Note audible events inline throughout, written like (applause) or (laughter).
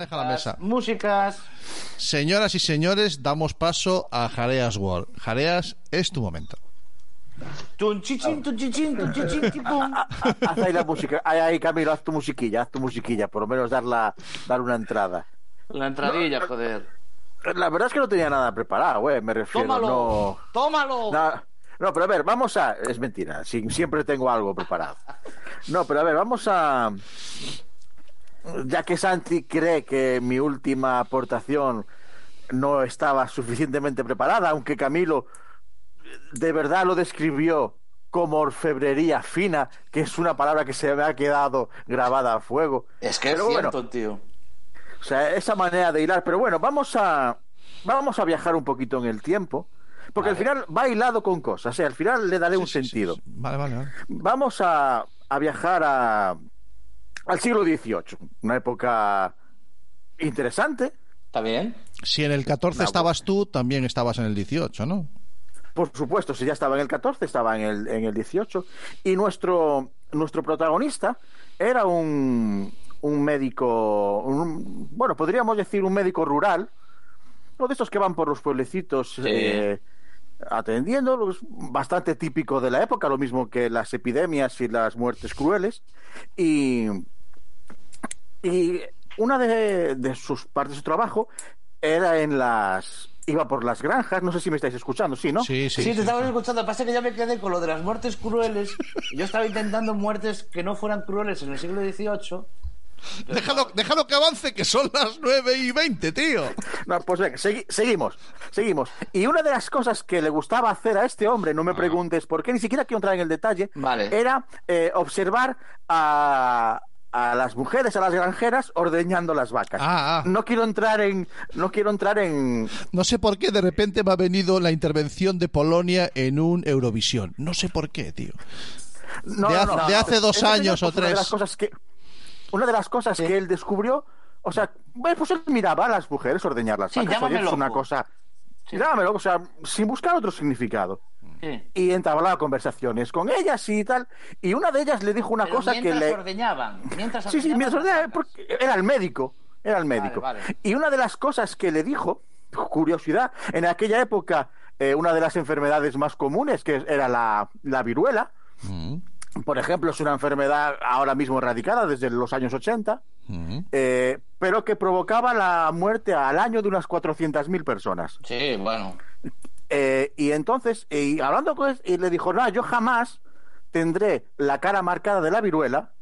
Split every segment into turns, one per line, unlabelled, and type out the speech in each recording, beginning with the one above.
Deja la mesa.
músicas.
Señoras y señores, damos paso a Jareas World. Jareas, es tu momento.
Tunchichín, tunchichín, tunchichín, tipum.
Haz ahí la música. Ahí, ahí, Camilo, haz tu musiquilla, haz tu musiquilla. Por lo menos dar, la, dar una entrada.
(laughs) La entradilla, joder.
La verdad es que no tenía nada preparado, eh, me refiero.
Tómalo.
No,
Tómalo.
na- no, pero a ver, vamos a. Es mentira, sí, siempre tengo algo preparado. No, pero a ver, vamos a. Ya que Santi cree que mi última aportación no estaba suficientemente preparada, aunque Camilo de verdad lo describió como orfebrería fina, que es una palabra que se me ha quedado grabada a fuego.
Es que es
Pero bueno,
cierto, tío.
o sea, esa manera de hilar. Pero bueno, vamos a, vamos a viajar un poquito en el tiempo. Porque al final va hilado con cosas. ¿eh? Al final le daré un
Sí, sí, sí,
sentido.
sí. Vale, vale, vale.
Vamos a, a viajar a, al siglo XVIII. Una época interesante.
¿Está bien?
Si en el 14
Nah,
estabas tú, también estabas en el 18, ¿no?
Por supuesto, si ya estaba en el 14, estaba en el, en el 18. Y nuestro, nuestro protagonista era un, un médico, un- bueno, podríamos decir un médico rural, uno de estos que van por los pueblecitos eh, atendiendo, lo que es bastante típico de la época, lo mismo que las epidemias y las muertes crueles. Y, y una de, de sus partes de su trabajo era en las... Iba por las granjas, no sé si me estáis escuchando, sí, ¿no?
Sí, sí.
Sí,
sí,
te estabas
sí.
escuchando. Pasa que ya me quedé con lo de las muertes crueles. Yo estaba intentando muertes que no fueran crueles en el siglo XVIII.
Déjalo, déjalo que avance, que son las 9 y 20, tío.
No, pues venga, segui- seguimos, seguimos. Y una de las cosas que le gustaba hacer a este hombre, no me preguntes por qué, ni siquiera quiero entrar en el detalle,
Vale.
era eh, observar a, a las mujeres, a las granjeras, ordeñando las vacas.
Ah, ah.
No quiero entrar en, no quiero entrar en,
No sé por qué de repente me ha venido la intervención de Polonia en un Eurovisión. No sé por qué, tío.
no,
De
no,
hace-
no,
de
no.
hace dos
Ese señor,
años o
pues, Una de
tres.
las cosas que, una de las cosas que él descubrió, o sea, bueno, pues él miraba a las mujeres ordeñar las
Sí,
vacas.
llámame
Oye, es una
loco.
cosa,
Sí.
llámamelo, o sea, sin buscar otro significado.
Sí.
y entablaba conversaciones con ellas y tal. Y una de ellas le dijo una
Pero
cosa que
mientras
le.
ordeñaban. Mientras
Sí, sí,
ordeñaban
mientras ordeñaba,
las vacas.
porque era el médico. Era el médico.
Vale, vale.
Y una de las cosas que le dijo, curiosidad, en aquella época, eh, una de las enfermedades más comunes, que era la, la viruela,
Mm,
por ejemplo, es una enfermedad ahora mismo erradicada desde los años 80,
mm.
eh, pero que provocaba la muerte al año de unas 400.000 personas.
Sí, bueno.
Eh, y entonces, y hablando con él, y le dijo, no, yo jamás tendré la cara marcada de la viruela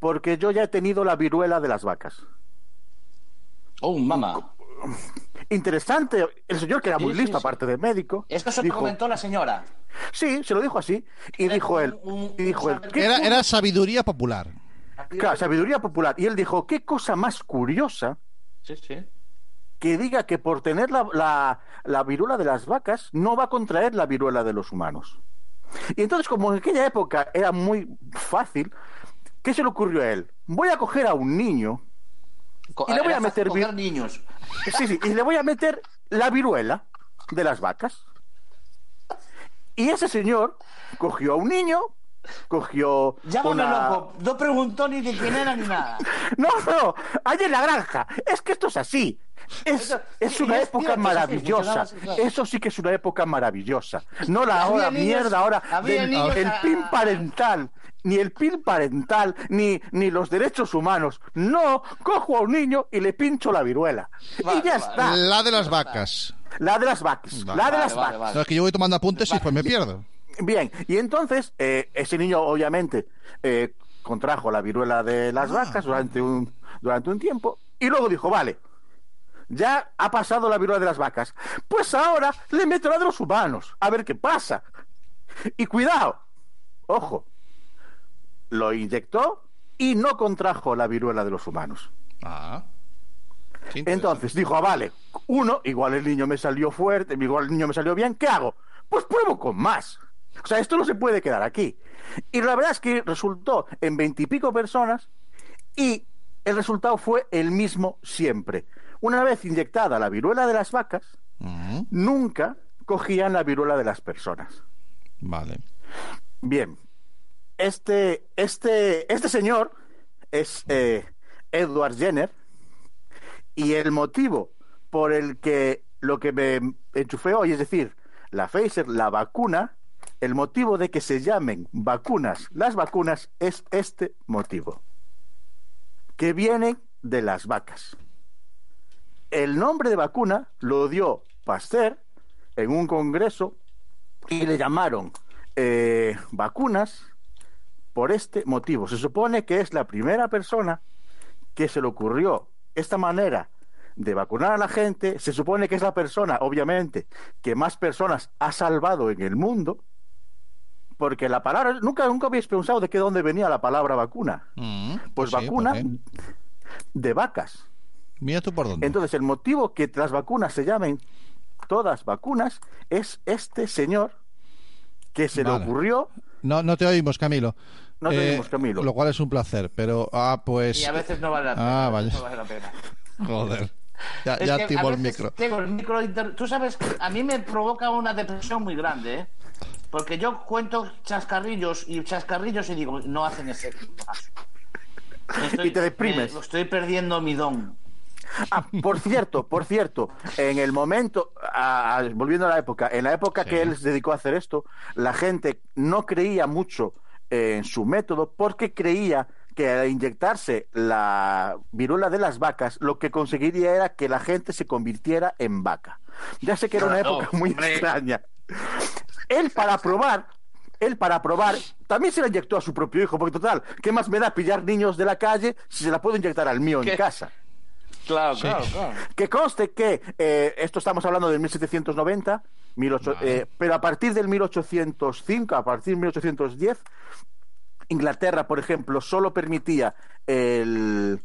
porque yo ya he tenido la viruela de las vacas.
Oh, mamá.
Interesante, el señor que era
Sí,
muy
sí,
listo,
sí.
aparte de médico.
Esto se lo
dijo,
comentó la señora.
Sí, se lo dijo así. Y
Era
dijo
un-
él,
un-
y dijo él,
un-
"¿Qué
Era,
cu-
era sabiduría popular.
claro, sabiduría popular. Y él dijo, qué cosa más curiosa
Sí, sí.
que diga que por tener la, la- la viruela de las vacas no va a contraer la viruela de los humanos. Y entonces, como en aquella época era muy fácil, ¿qué se le ocurrió a él? Voy a coger a un niño
Co-
Y le voy
era
a
fácil
meter
coger
vir-
niños.
sí, sí, y le voy a meter la viruela de las vacas. Y ese señor cogió a un niño, cogió
Llámame
una-
loco. No preguntó ni de quién era ni nada.
(laughs) No, no, allá en la granja. Es que esto es así. Es,
Eso-
es
sí,
una
es
época
cierto,
maravillosa.
sí, sí, funcionaba así, claro.
Eso sí que es una época maravillosa. No la
Había
hora
niños-
mierda ahora
había
del-
niños
el
a-
pin parental. Ni el pin parental, ni, ni los derechos humanos. No, cojo a un niño y le pincho la viruela.
Vale,
y ya
vale.
está.
La de las vacas.
La de las vacas.
Vale.
la Ah, de
Vale,
las
vale,
vacas.
vale.
No, es que yo voy tomando apuntes y después me pierdo.
Bien, y entonces eh, ese niño obviamente eh, contrajo la viruela de las
Ah,
vacas durante un, durante un tiempo y luego dijo, vale, ya ha pasado la viruela de las vacas, pues ahora le meto la de los humanos, a ver qué pasa. Y cuidado, ojo, lo inyectó y no contrajo la viruela de los humanos.
Ah. Qué interesante.
Entonces dijo, ah, vale, uno, igual el niño me salió fuerte, igual el niño me salió bien, ¿qué hago? Pues pruebo con más. O sea, esto no se puede quedar aquí. Y la verdad es que resultó en veintipico personas y el resultado fue el mismo siempre. Una vez inyectada la viruela de las vacas,
Mm,
nunca cogían la viruela de las personas.
Vale.
Bien. Este, este, este señor es eh, Edward Jenner Y el motivo por el que lo que me enchufé hoy, es decir, la Pfizer, la vacuna, el motivo de que se llamen vacunas las vacunas es este motivo, que vienen de las vacas. El nombre de vacuna lo dio Pasteur en un congreso y le llamaron eh, vacunas por este motivo. Se supone que es la primera persona que se le ocurrió esta manera de vacunar a la gente. Se supone que es la persona, obviamente, que más personas ha salvado en el mundo. Porque la palabra, nunca, nunca habéis pensado de qué dónde venía la palabra vacuna.
Mm,
Pues
sí,
vacuna
¿por qué?
de vacas.
Mira tú por dónde.
Entonces, el motivo que las vacunas se llamen todas vacunas es este señor que se
Vale.
le ocurrió.
no, no te oímos, Camilo. Eh,
No te oímos, Camilo.
Lo cual es un placer, pero. Ah, pues.
Y a veces no vale la pena.
Ah,
a veces
vaya.
no vale la pena.
Joder. Ya,
Es
ya
que a
activó el
veces
micro.
Tengo el micro inter- Tú sabes, que a mí me provoca una depresión muy grande, ¿eh? Porque yo cuento chascarrillos y chascarrillos y digo, no hacen efecto. Estoy-
Y te deprimes.
me- estoy perdiendo mi don.
Ah, por cierto, por cierto, en el momento, a- a- volviendo a la época, en la época
Sí.
que él se dedicó a hacer esto, la gente no creía mucho en su método porque creía que al inyectarse la viruela de las vacas, lo que conseguiría era que la gente se convirtiera en vaca. Ya sé que era una
No,
época muy
hombre.
extraña. Él para probar, él para probar, también se la inyectó a su propio hijo, porque total, ¿qué más me da pillar niños de la calle si se la puedo inyectar al mío
¿Qué?
en casa?
Claro,
Sí.
claro, claro.
Que conste que eh, esto estamos hablando del 1790, 1800,
Vale.
eh, pero a partir del 1805, a partir del 1810, Inglaterra, por ejemplo, solo permitía el-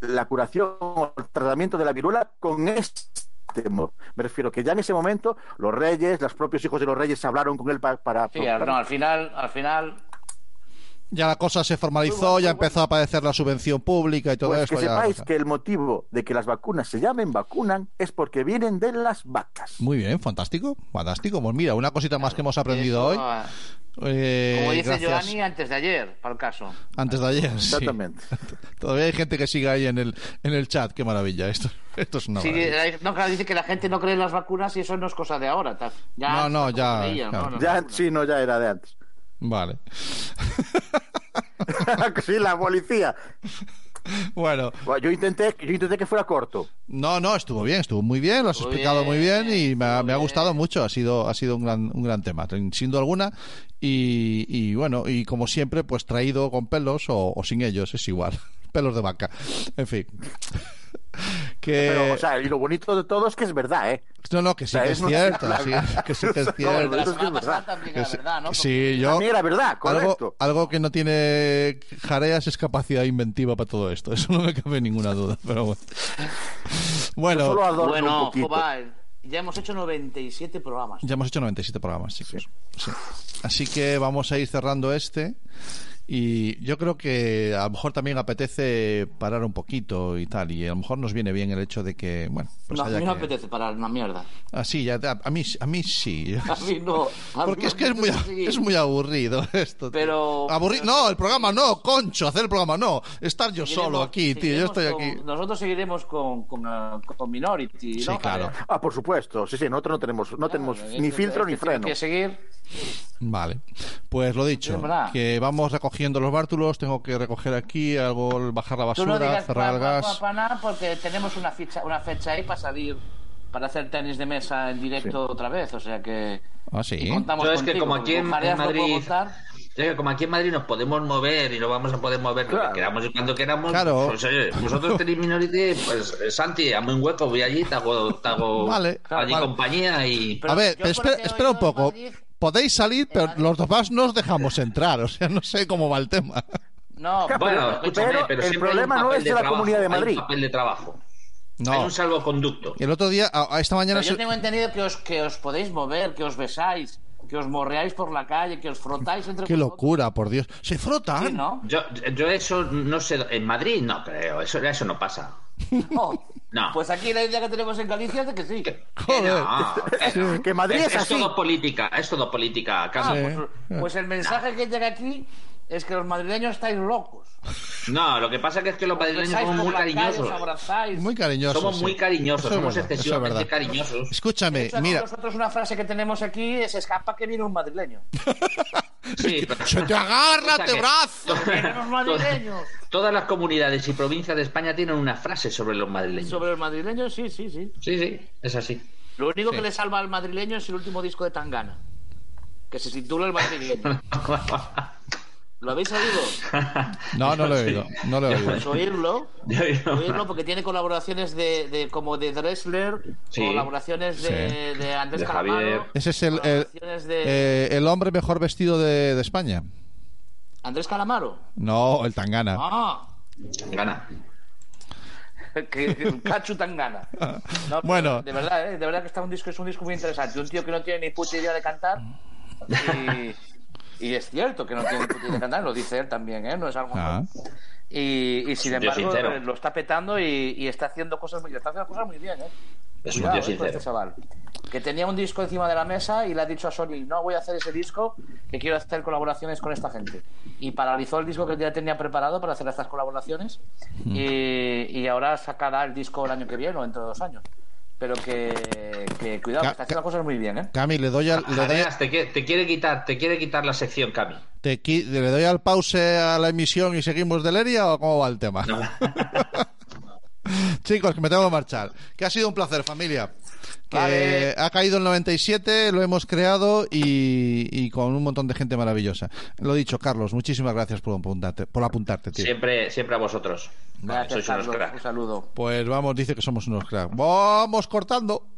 la curación o el tratamiento de la viruela con este modo. Me refiero que ya en ese momento los reyes, los propios hijos de los reyes hablaron con él pa- para...
Sí, al, no, al final, al final,
Ya la cosa se formalizó,
Muy bueno,
ya
muy bueno.
empezó a aparecer la subvención pública y todo
Pues
esto.
que
ya la
sepáis
cosa.
que el motivo de que las vacunas se llamen vacunan es porque vienen de las vacas.
Muy bien, fantástico, fantástico. Pues mira, una cosita más que hemos aprendido hoy.
eso, ah,
Eh,
como dice
gracias.
Giovanni, antes de ayer, para el caso.
Antes de ayer, sí.
Exactamente.
Todavía hay gente que sigue ahí en el, en el chat. Qué maravilla. Esto, (laughs) esto es una
Sí,
maravilla.
eh, no, claro, dice que la gente no cree en las vacunas y eso no es cosa de ahora. tal. Ya
No,
antes
no,
tampoco
ya,
creían,
claro.
¿no? Las
Ya,
vacunas.
sí, no, ya era de antes.
Vale.
(laughs) sí, la policía.
Bueno,
Bueno, Yo intenté, yo intenté que fuera corto.
no, no, estuvo bien, estuvo muy bien, lo has
Estuvo
explicado
bien,
muy bien y me ha,
estuvo
me ha
bien.
gustado mucho. Ha sido, ha sido un gran, un gran tema, sin duda alguna. Y, y bueno, y como siempre, pues traído con pelos o, o sin ellos, es igual. (laughs) Pelos de vaca. En fin. (laughs) Que...
Pero, o sea, y lo bonito de todo es que es verdad, ¿eh?
No, no, que sí
O sea,
que
es
es
una-
cierto, sí, que sí que es
(laughs) No,
Pero
cierto.
la
eso es
semana
verdad.
pasada también
Que
era
sí-
verdad, ¿no?
sí, yo...
También era verdad,
Oh, Algo,
correcto.
algo que no tiene jareas es capacidad inventiva para todo esto. (laughs) Eso no me cabe ninguna duda. Pero bueno. Bueno,
Solo adorno un
Bueno,
poquito.
jova, ya hemos hecho 97 programas.
ya hemos hecho 97 programas, chicos. Sí. Así que vamos a ir cerrando este. Y yo creo que a lo mejor también apetece parar un poquito y tal. Y a lo mejor nos viene bien el hecho de que, bueno, pues
no, a
haya
mí no
que-
me apetece parar una mierda. (laughs)
Ah, sí, ya, a, mí, a mí sí.
A mí no. a mí
Porque
me
es que es muy,
apetece seguir.
es muy aburrido (laughs) esto. tío.
Pero-
Aburri-
pero-
No, el programa no, concho, hacer el programa no. Estar yo solo
Seguiremos-
aquí, tío. Yo
seguiremos
estoy
con-
aquí.
Nosotros seguiremos con, con, ah, con Minority.
Sí,
¿no?
claro.
Javier?
Ah, por supuesto. Sí, sí, nosotros no tenemos, no tenemos
Claro,
ni
Ah, es que-
filtro
es
ni
que tiene
freno.
que seguir.
Vale. Pues lo dicho,
Es verdad.
que vamos recogiendo los bártulos. Tengo que recoger aquí algo, bajar la
Tú
basura,
no digas
cerrar
pa,
el
pa,
gas.
pa, pa, nada, porque tenemos una, ficha, una fecha ahí para salir, para hacer tenis de mesa en directo otra vez. O sea que.
Ah, sí.
y contamos
Yo es que
contigo,
como
porque
aquí en-
con Jareas
en
no puedo
Madrid-
contar.
Ya que como aquí en Madrid nos podemos mover y lo vamos a poder mover lo
Claro.
que queramos y cuando queramos,
Claro.
pues oye, vosotros tenéis Minority, pues eh, Santi, hazme un hueco, voy allí, te hago, te hago
Vale,
allí
vale.
compañía y...
Pero
a ver, pero
yo por lo
espera,
que he
espera un
oído en
poco.
Madrid-
Podéis salir, pero
Madrid-
los demás no os dejamos entrar. O sea, no sé cómo va el tema.
No,
Claro,
Bueno,
pero-
escúchame,
pero
pero
el
siempre hay un
problema no
papel
es de la
trabajo,
Comunidad de
hay un
Madrid.
papel de trabajo. Hay
No.
un salvoconducto.
El otro día, a- a esta mañana.
Pero yo
se-
tengo entendido que os, que os podéis mover, que os besáis, que os morreáis por la calle, que os frotáis entre
Qué
vosotros.
locura, por Dios. Se frotan. (laughs)
Sí, ¿no?
Yo, yo eso no sé, en Madrid no creo, eso, eso no pasa.
No.
No.
Pues aquí la idea que tenemos en Galicia es de que sí.
Joder.
Eh, no, eh,
(laughs)
no.
Que Madrid
Es-
es
es
así.
todo política, es todo política,
Ah,
Carlos.
Sí. Eh.
pues, pues el mensaje que llega aquí es que los madrileños estáis locos.
No, lo que pasa que es que los madrileños
Besáis
somos
por
muy
la calle,
cariñosos.
os abrazáis.
Muy cariñosos.
Somos
sí.
muy cariñosos,
Eso es
somos
verdad, eso es
excesivamente
verdad.
cariñosos.
De
Escúchame,
hecho, aquí
mira,
Nosotros una frase que tenemos aquí es escapa que viene un madrileño.
(laughs) Sí, pero-
¡Se
(laughs)
te agarra,
Escucha
te
que- (laughs)
brazo!
Tenemos madrileños.
Todas las comunidades y provincias de España tienen una frase sobre los madrileños.
Sobre los madrileños, sí, sí, sí.
Sí, sí, es así. (laughs)
Lo único
Sí.
que le salva al madrileño es el último disco de Tangana. Que se titula El madrileño. ¿Lo habéis oído?
No, no lo he oído, no lo he
(laughs)
oído.
Pues oírlo. Oírlo porque tiene colaboraciones de, de- como de Dressler,
Sí.
colaboraciones de, de Andrés
De
Calamaro,
Javier.
Ese es el, el,
colaboraciones de
eh, el hombre mejor vestido de, de España.
Andrés Calamaro.
No, el (laughs) Tangana.
Ah, (laughs)
Gana.
que que un cachu Tangana. No, pero
Bueno.
de verdad, ¿eh? de verdad que está un disco es un disco muy interesante. Un tío que no tiene ni puta idea de cantar y, y es cierto que no tiene ni puta idea de cantar, lo dice él también, ¿eh? No es algo
Ah.
Y, y sin
Yo
embargo
sincero.
eh, lo está petando y, y está haciendo cosas muy, está haciendo cosas muy bien, ¿eh?
Es un
Cuidado,
tío
eh, con este
sincero.
chaval. Que tenía un disco encima de la mesa y le ha dicho a Sony, no voy a hacer ese disco, que quiero hacer colaboraciones con esta gente. Y paralizó el disco que ya tenía preparado para hacer estas colaboraciones y, y ahora sacará el disco el año que viene o dentro de dos años. Pero que, que cuidado, que
Ca-
está haciendo
ca-
cosas muy bien, ¿eh?
Cami, le doy, al, le, doy,
Adrián, te, qui- te quiere quitar, te quiere quitar la sección, Cami.
te qui- le doy al pause a la emisión y seguimos de Leria o cómo va el tema. (laughs) Chicos, que me tengo que marchar. Que ha sido un placer, familia. Que
Vale.
ha caído el 97, lo hemos creado y, y con un montón de gente maravillosa. Lo dicho, Carlos, muchísimas gracias por apuntarte, por apuntarte tío.
Siempre, siempre a vosotros.
Gracias,
Sois unos
Carlos.
cracks.
Un saludo.
Pues vamos, dice que somos unos cracks. Vamos cortando.